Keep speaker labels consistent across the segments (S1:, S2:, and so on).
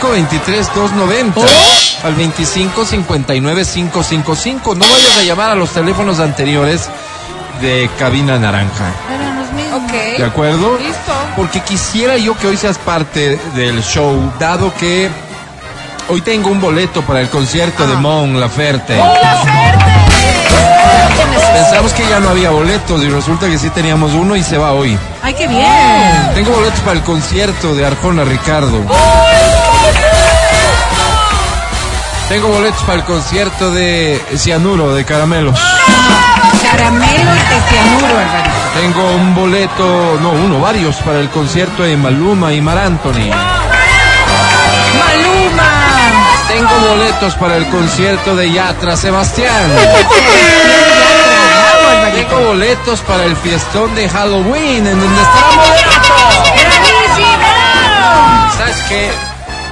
S1: 2523-290 al 2559-555. No vayas a llamar a los teléfonos anteriores de cabina naranja.
S2: Eran los mismos.
S1: ¿De
S3: Ok.
S1: acuerdo?
S3: Listo.
S1: Porque quisiera yo que hoy seas parte del show, dado que hoy tengo un boleto para el concierto de Ah. Mon Laferte. Pensamos que ya no había boletos y resulta que sí teníamos uno y se va hoy.
S2: Ay, qué bien.
S1: Tengo boletos para el concierto de Arjona Ricardo. Tengo boletos para el concierto de Cianuro de Caramelo.
S2: Caramelo y cianuro, Alvarito.
S1: Tengo un boleto, no uno, varios para el concierto de Maluma y Mar Anthony.
S2: Maluma.
S1: Tengo boletos para el concierto de Yatra Sebastián. Tengo boletos para el fiestón de Halloween en donde estará Mon. ¿Sabes qué?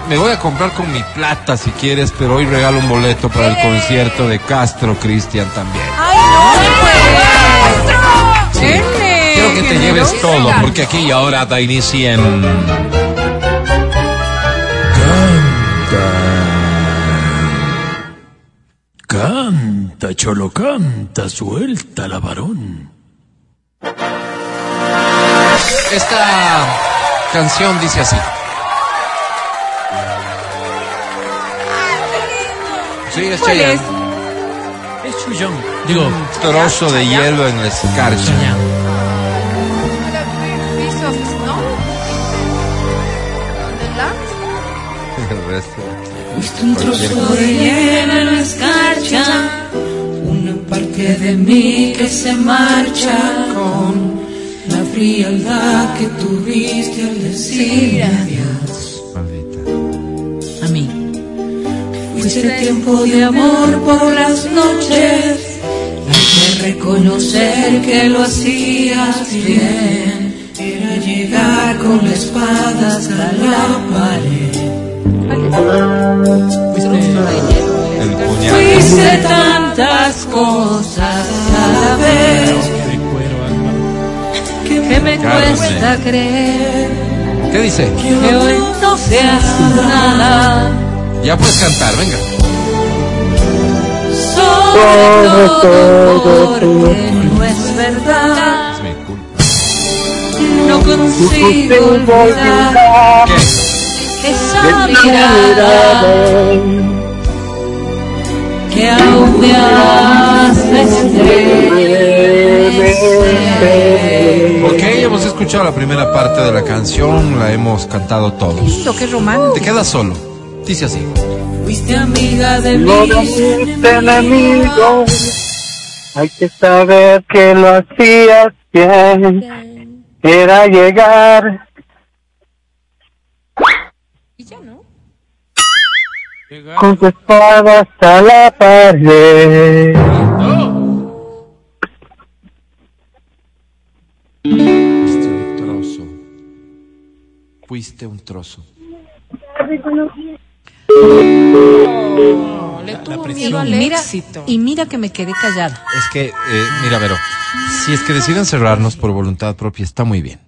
S1: Me voy a comprar con mi plata si quieres, pero hoy regalo un boleto para el concierto de Castro Cristian también.
S2: Ay, no, pues. Chévere.
S1: Quiero que te lleves
S2: Generosa.
S1: todo, porque aquí y ahora da inicio en...
S4: Canta, cholo, canta, suelta la varón.
S1: Esta canción dice así. Sí, es
S2: ¿Cuál
S1: Chayanne.
S2: es?
S4: Es chullón. Digo,
S1: Un trozo de hielo en la escarcha.
S3: Piece of snow. On the land.
S1: El resto.
S5: Llena la escarcha, una parte de mí que se marcha con la frialdad que tuviste al decir adiós. A mí. Fuiste tiempo de amor por las noches, hay que reconocer que lo hacías bien. Era llegar con la espada hasta la pared.
S1: El puñal.
S5: Fuiste tantas cosas a la vez que me
S1: Carmen.
S5: cuesta creer
S1: ¿Qué dice?
S5: que hoy no seas nada.
S1: Ya puedes cantar, venga.
S5: Sobre todo porque no es verdad.
S1: Es mi culpa.
S5: No consigo olvidar
S1: ¿Qué?
S5: esa mirada que aún me hace estremecer.
S1: Ok, hemos escuchado la primera parte de la canción, la hemos cantado todos.
S2: Esto, qué romántico.
S1: Te quedas solo. Dice así.
S5: Fuiste amiga de
S6: No
S5: mis
S6: fuiste
S5: enemigos.
S6: enemigo. Hay que saber que lo hacías bien. Era llegar. Con tu espada hasta la pared.
S1: Fuiste un trozo. Fuiste un trozo.
S3: Le tuvo miedo al
S2: Mira,
S3: éxito.
S2: y mira que me quedé callada.
S1: Es que, eh, mira, Vero, si es que deciden cerrarnos por voluntad propia, está muy bien.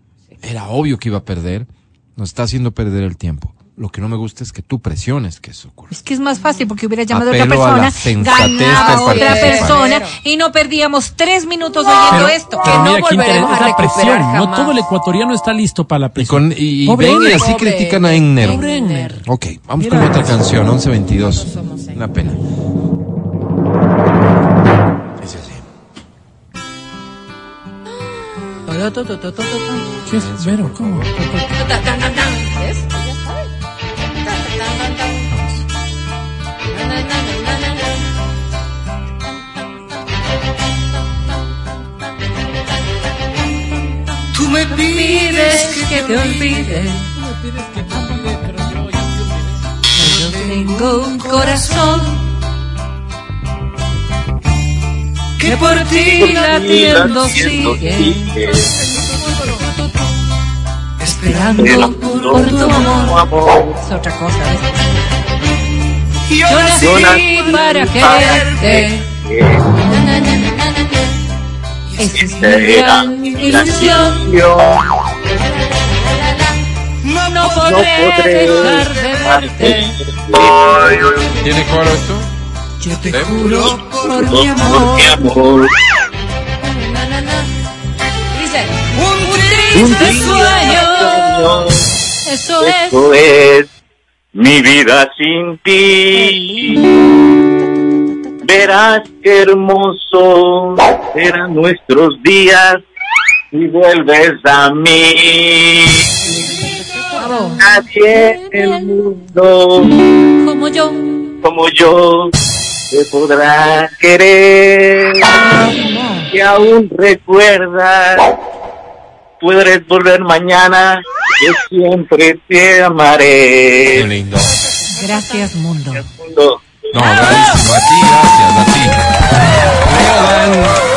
S1: Era obvio que iba a perder, nos está haciendo perder el tiempo. Lo que no me gusta es que tú presiones que eso ocurra.
S2: Es que es más fácil porque hubiera llamado a
S1: Apelo a la
S2: otra persona,
S1: sensatez del
S2: ganaba otra
S1: participante.
S2: persona y no perdíamos tres minutos oyendo
S4: pero,
S2: esto.
S4: pero
S3: que no
S4: mira qué
S3: volveremos
S4: interés,
S3: a
S4: es la presión.
S3: recuperar
S4: No
S3: jamás.
S4: todo el ecuatoriano está listo para la
S1: Y,
S4: presión.
S1: con, y, y
S4: Pobre
S1: ven y
S4: Enner,
S1: así
S3: pobre
S1: critican a Enner.
S4: Pobre Enner.
S1: Ok, vamos
S4: Mira.
S1: con otra canción, 1122. Una pena. Dice así.
S4: ¿Qué es? Vero, ¿cómo?
S5: Tú me pides que te olvide. Yo tengo un corazón que por ti latiendo sigue. Esperando por tu amor.
S2: Es otra cosa. ¿ves?
S5: ¿eh? Yo nací para quererte. Esa es mi gran ilusión. No podré dejar de
S2: amarte.
S1: ¿Tiene coro esto?
S5: Yo te
S1: ¿Eh?
S5: juro por mi amor.
S3: Na, na, na. Dice,
S2: Un triste sueño. Eso es.
S6: Esto es mi vida sin ti. Verás qué hermosos eran nuestros días y vuelves a mí.
S2: Bravo.
S6: Nadie en el mundo
S2: Como yo.
S6: como yo te podrá querer. Y aún recuerdas, puedes volver mañana, yo siempre te amaré.
S1: Qué lindo.
S2: Gracias, mundo.
S6: mundo.
S1: No, bravísimo. A ti, gracias, a ti. Regalan,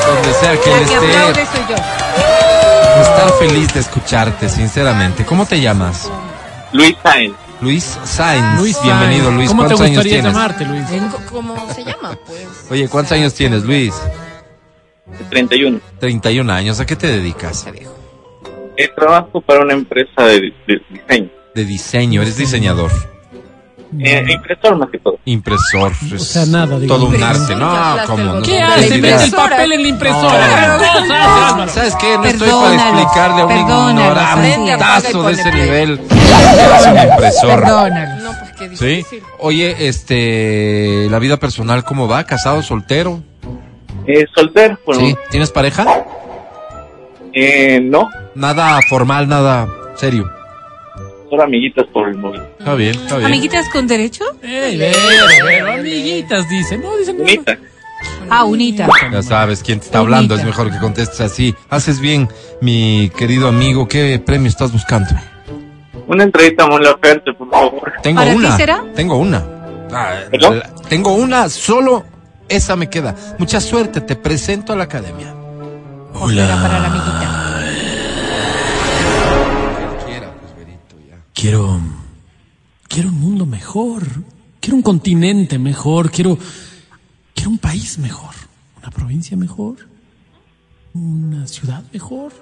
S1: donde sea quien
S2: La que aplaude
S1: esté,
S2: soy yo.
S1: estar feliz de escucharte, sinceramente. ¿Cómo te llamas?
S6: Luis Sainz,
S1: Luis Sainz.
S4: Luis,
S1: bienvenido,
S4: Sainz.
S1: Luis.
S4: ¿Cómo te
S1: ¿Cuántos años
S4: gustaría
S1: tienes?
S4: llamarte, Luis?
S3: co- ¿Cómo se llama? Pues.
S1: Oye, ¿cuántos años tienes, Luis?
S6: 31.
S1: 31 años. ¿A qué te dedicas?
S6: Eh, trabajo para una empresa de, de diseño.
S1: De diseño. Eres diseñador,
S5: Mm.
S6: Eh, impresor más que todo.
S1: impresor. es
S4: sea, nada, digo.
S1: Todo un arte. No,
S3: Impresor,
S1: cómo no.
S3: las
S4: ¿Qué
S1: no
S4: hace?
S1: tengo
S4: Mete
S1: idea.
S4: el papel en la impresora.
S1: No.
S4: ¿Qué cosas, Álvaro?
S1: ¿Sabes qué? No estoy para
S2: Perdónalos,
S1: explicarle a un
S2: perdónalos,
S3: así es.
S1: ignorantazo de ese
S3: Apaga y ponle
S1: nivel. Es un impresor.
S2: Perdónalos.
S3: No, pues qué
S1: ¿Sí?
S3: difícil.
S1: Oye, este, la vida personal, ¿cómo va? ¿Casado, soltero?
S6: Eh, soltero, por
S1: ¿Sí? ¿Tienes pareja?
S6: eh, no,
S1: Nada formal, nada serio.
S6: solo amiguitas por el momento.
S1: Está bien, está bien.
S2: ¿Amiguitas con derecho?
S4: Ey, pero, pero, amiguitas, dicen. No, dicen. no.
S6: Bonita.
S2: Ah, unita.
S1: Ya sabes quién te está hablando, es mejor que contestes así. Haces bien, mi querido amigo, ¿qué premio estás buscando?
S6: Una entrevista muy la oferta, por favor.
S1: Tengo
S2: ¿Para ti
S1: una.
S2: será?
S1: Tengo una. Ah,
S6: ¿Perdón?
S1: la- tengo una, solo esa me queda. Mucha suerte, te presento a la academia.
S2: ¿O será para la amiguita?
S4: Quiero. Quiero un mundo mejor. Quiero un continente mejor. Quiero. Quiero un país mejor. Una provincia mejor. Una ciudad mejor.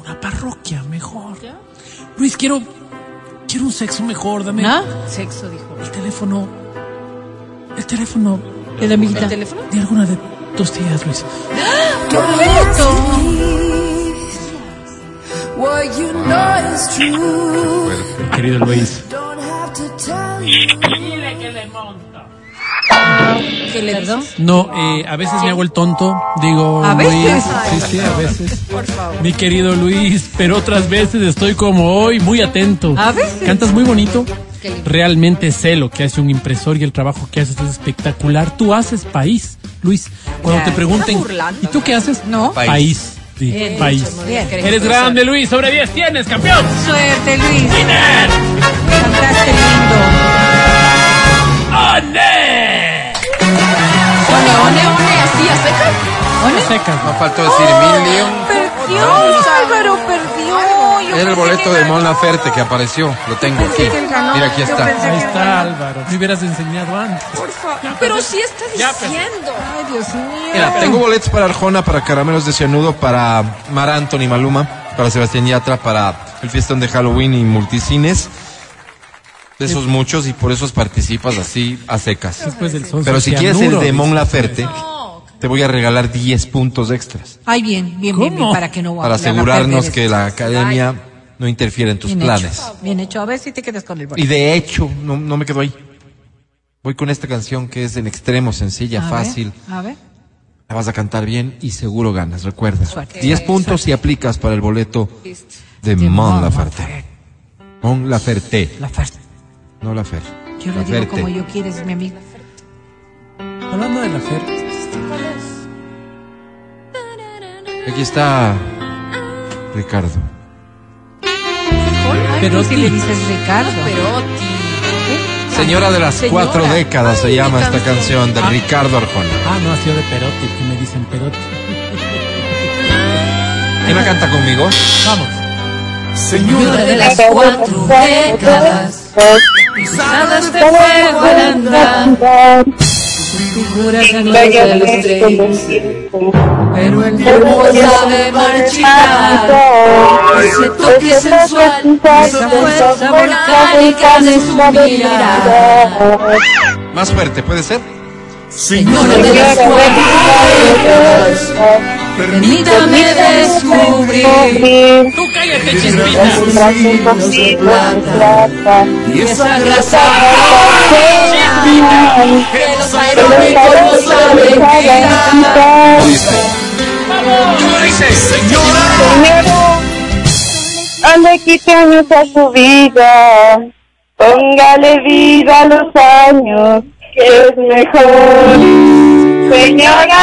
S4: Una parroquia mejor. Luis, quiero. Quiero un sexo mejor. Dame
S2: ¿No?
S3: Sexo, dijo.
S4: el teléfono. El teléfono
S2: ¿De la amiguita?
S3: teléfono?
S4: de alguna de tus tías, Luis.
S7: What you know is true.
S4: Querido Luis.
S7: Don't have to tell you.
S3: ¿Qué le
S2: ¿Perdón?
S4: No, eh, a veces me hago el tonto. Digo,
S2: Ah, ¿A veces?
S4: Luis, sí, sí, a veces. Mi querido Luis, pero otras veces estoy como hoy, muy atento.
S2: A veces.
S4: Cantas muy bonito.
S3: Qué lindo.
S4: Realmente sé lo que hace un impresor y el trabajo que haces es espectacular. Tú haces país, Luis. Cuando te
S2: Gracias.
S4: pregunten,
S3: Está burlando.
S4: ¿y tú qué haces?
S2: No.
S1: País.
S4: país. Sí,
S2: Bien
S4: país.
S2: dicho, muy bien.
S4: Eres grande, Luis. Sobre 10 tienes, campeón.
S2: Suerte, Luis. Cantaste lindo.
S4: ¡Ande!
S3: One, one, one, así, a seca.
S1: No
S4: Seca.
S1: faltó decir
S2: ¡Oh!
S1: Emilio.
S2: Perdió, Álvaro, perdió. Yo
S1: Era el
S2: pensé
S1: boleto
S2: que
S1: de
S2: ganó.
S1: Mon Laferte que apareció. Lo tengo aquí.
S2: Pensé que él ganó.
S1: Mira, aquí
S2: Yo
S1: está.
S2: pensé-
S4: Ahí está, Álvaro. Me hubieras enseñado antes.
S3: Por favor. Pero sí está
S4: Ya,
S2: pues.
S4: pero-
S3: diciendo.
S2: Ay, Dios mío.
S1: Mira, tengo boletos para Arjona, para Caramelos de Cianudo, para Mar Anthony Maluma, para Sebastián Yatra, para el fiestón de Halloween y multicines. De esos muchos y por esos participas así a secas.
S4: Después del son
S1: Pero si quieres el
S4: cianuro,
S1: de Mon
S4: dice.
S1: Laferte, te voy a regalar 10 puntos extras
S2: Ay, bien, bien, bien, bien,
S4: ¿Cómo?
S2: para que no
S1: para
S2: le haga
S1: asegurarnos
S2: perder
S1: que
S2: esto.
S1: la academia no interfiere en tus
S2: Bien
S1: planes.
S2: hecho. Bien hecho. A ver si te quedas con el boleto.
S1: Y de hecho, no, no me quedo ahí. Voy con esta canción que es en extremo, sencilla,
S2: A ver,
S1: fácil.
S2: a ver.
S1: La vas a cantar bien y seguro ganas, recuerda.
S2: Suerte.
S1: 10 puntos y aplicas para el boleto de
S2: De
S1: Mon
S2: Mon
S1: Laferte. Mon Laferte,
S2: La farsa.
S1: no Lafer.
S2: Yo lo digo como yo quieres, mi amigo.
S4: Hablando de la Fer.
S1: Aquí está Ricardo.
S4: Pero
S2: Si le dices Ricardo.
S1: Señora de las
S3: Señora.
S1: cuatro décadas se
S3: Ay,
S1: llama
S3: qué
S1: esta canción de Ricardo Arjona.
S4: Ah, no, ha sido de Perotti, que me dicen Perotti.
S1: ¿Quién la canta conmigo?
S4: Vamos.
S7: Señora de las cuatro décadas, pisadas de fuego al andar,
S2: figuras no
S3: Vaya
S2: de los tres, pero el mundo sabe marchitar. Ese toque sensual, esa fuerza volcánica de su mirada.
S1: Más fuerte, ¿puede ser?
S2: Señora de las cuerdas, permítame descubrir
S4: Tú cállate, chispita.
S2: y esa grasa que los aeróbicos no saben quitar.
S4: ¿Cómo dices? Señora.
S8: Anda, quítanos a su vida. Póngale vida a los años, que es mejor. Señora,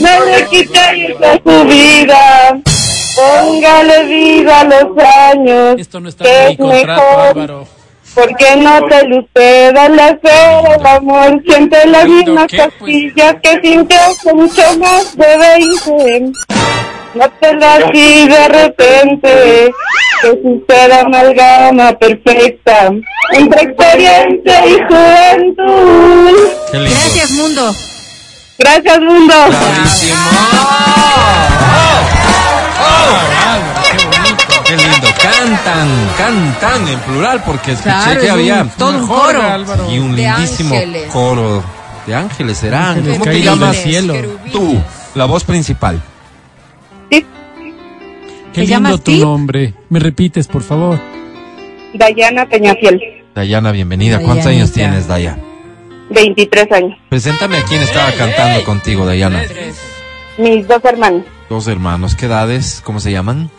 S8: no le quitemos a su vida. Póngale vida a los años,
S4: Esto no está en
S8: que
S4: mi
S8: es
S4: contrato,
S8: mejor.
S4: Álvaro.
S8: Porque no te luceda la fe, el amor, siente las
S4: Lindo,
S8: mismas
S4: ¿qué, pues?
S8: pastillas que sintió hace mucho más de 20. No te las di de repente, que suceda amalgama perfecta entre experiencia y juventud.
S1: Qué lindo.
S2: Gracias, mundo.
S8: Gracias, mundo.
S1: Qué lindo. Cantan, cantan en plural porque escuché
S2: Claro,
S1: que
S2: es un-
S1: había
S2: todo un coro.
S4: Álvaro.
S1: y un
S3: De
S1: lindísimo
S3: ángeles.
S1: coro de ángeles serán.
S4: Ángeles
S1: ¿Cómo te
S4: caídos del
S1: llamas
S4: cielo.
S1: tú? La voz principal.
S4: Qué
S2: ¿Te
S4: lindo
S2: llamas
S4: tu
S2: Tip?
S4: nombre. Me repites, por favor.
S8: Dayana Peñafiel,
S1: Dayana, bienvenida. ¿Cuántos
S2: Dayanita.
S1: años tienes, Daya?
S8: 23 años.
S1: Preséntame a quién estaba cantando contigo, Dayana.
S8: Mis dos hermanos,
S1: Dos hermanos, ¿qué edades? ¿Cómo se llaman?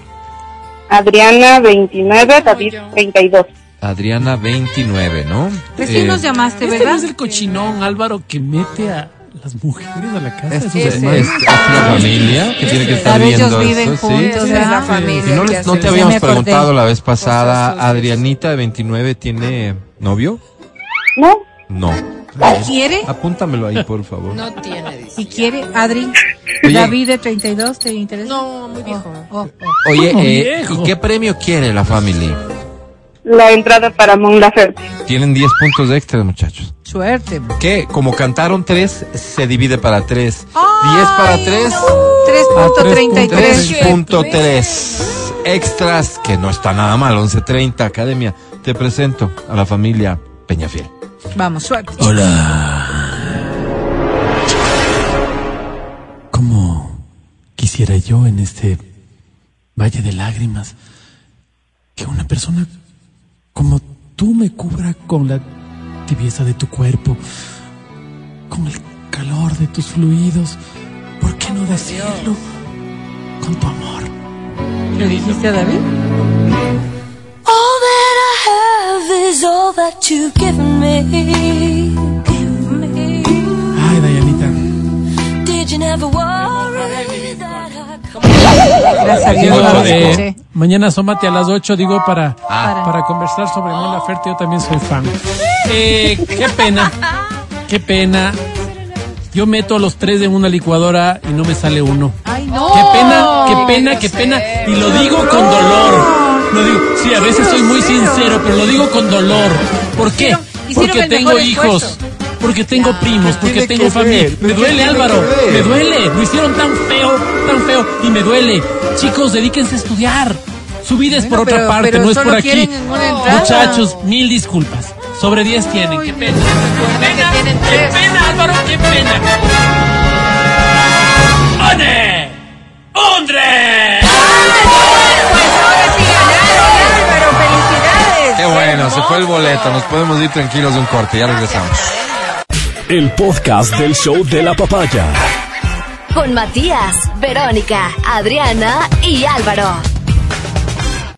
S8: Adriana 29, David 32.
S1: Adriana, 29, ¿no?
S2: Recién
S1: Eh,
S2: nos llamaste,
S4: Este no
S2: ¿verdad?
S4: es el cochinón, Álvaro, que mete a las mujeres a la casa de
S1: Esto
S4: sus
S1: es,
S4: hermanos.
S1: es- es una familia que tiene que estar
S2: Claro,
S1: viendo
S2: ellos viven
S1: esto, ¿sí?
S2: juntos,
S3: Sí,
S2: ¿verdad?
S3: es la familia.
S1: Y no, les-
S3: que
S1: no
S3: hace
S1: te
S3: el-
S1: habíamos
S2: me acordé.
S1: preguntado la vez pasada,
S3: Cosas sucias.
S1: Adrianita de 29 tiene novio?
S8: ¿No?
S1: No.
S2: ¿Y quiere?
S1: Apúntamelo ahí, por favor.
S3: No tiene, dice.
S2: Si quiere, Adri.
S1: Oye.
S2: David de 32, ¿te interesa?
S3: No, muy viejo.
S2: Oh, oh, oh.
S1: Oye,
S4: ¿Cómo,
S1: eh,
S4: viejo?
S1: ¿y qué premio quiere la family?
S8: La entrada para Mon Laferte.
S1: Tienen 10 puntos extras, muchachos.
S2: Suerte.
S1: Que como cantaron 3, se divide para 3. 10 para 3,
S4: tres.
S2: 3.33.
S1: 3.3. Extras, que no está nada mal, 11.30, Academia. Te presento a la familia Peñafiel.
S2: Vamos, suerte.
S4: ¿Cómo quisiera yo en este valle de lágrimas que una persona como tú me cubra con la tibieza de tu cuerpo, con el calor de tus fluidos? ¿Por qué no decirlo? Con tu amor.
S2: ¿Le dijiste a David?
S7: All that I have is all that you've given me. Given me.
S4: Ay, Dayanita.
S7: Did you never worry that I could?
S2: Gracias a Dios,
S4: Digo,
S2: no lo
S4: eh,
S2: escuché.
S4: mañana asómate a las 8, digo, para,
S2: Ah.
S4: para conversar sobre Mon
S2: Oh.
S4: Laferte. Yo también soy fan. Eh, qué pena, qué pena. Yo meto a los tres en una licuadora y no me sale uno.
S2: Ay, no.
S4: Qué pena, qué pena, qué pena. Y lo digo con dolor. Lo digo, sí, a veces soy muy sincero, pero lo digo con dolor. ¿Por qué?
S2: Hicieron- hicieron
S4: Porque
S2: el
S4: tengo
S2: mejor
S4: hijos.
S2: esfuerzo.
S4: Porque tengo primos,
S1: tiene
S4: porque
S1: que
S4: tengo familia.
S1: ver?
S4: Me
S1: ¿Pero qué
S4: duele,
S1: tiene que
S4: Álvaro.
S1: ver?
S4: Me duele. Lo hicieron tan feo, tan feo. Y me duele. Chicos, dedíquense a estudiar. Su vida es
S2: Bueno,
S4: por otra
S2: pero-
S4: parte,
S2: pero
S4: no es por
S2: solo
S4: aquí.
S2: quieren en una entrada.
S4: Muchachos, mil disculpas. Sobre 10 tienen. Qué pena. Qué pena, qué pena, Álvaro, qué pena. ¡One! ¡Hombre!
S2: Álvaro, felicidades.
S1: Qué bueno, se fue el boleto. Nos podemos ir tranquilos de un corte. Ya regresamos.
S9: El podcast del show de la papaya.
S10: Con Matías, Verónica, Adriana y Álvaro.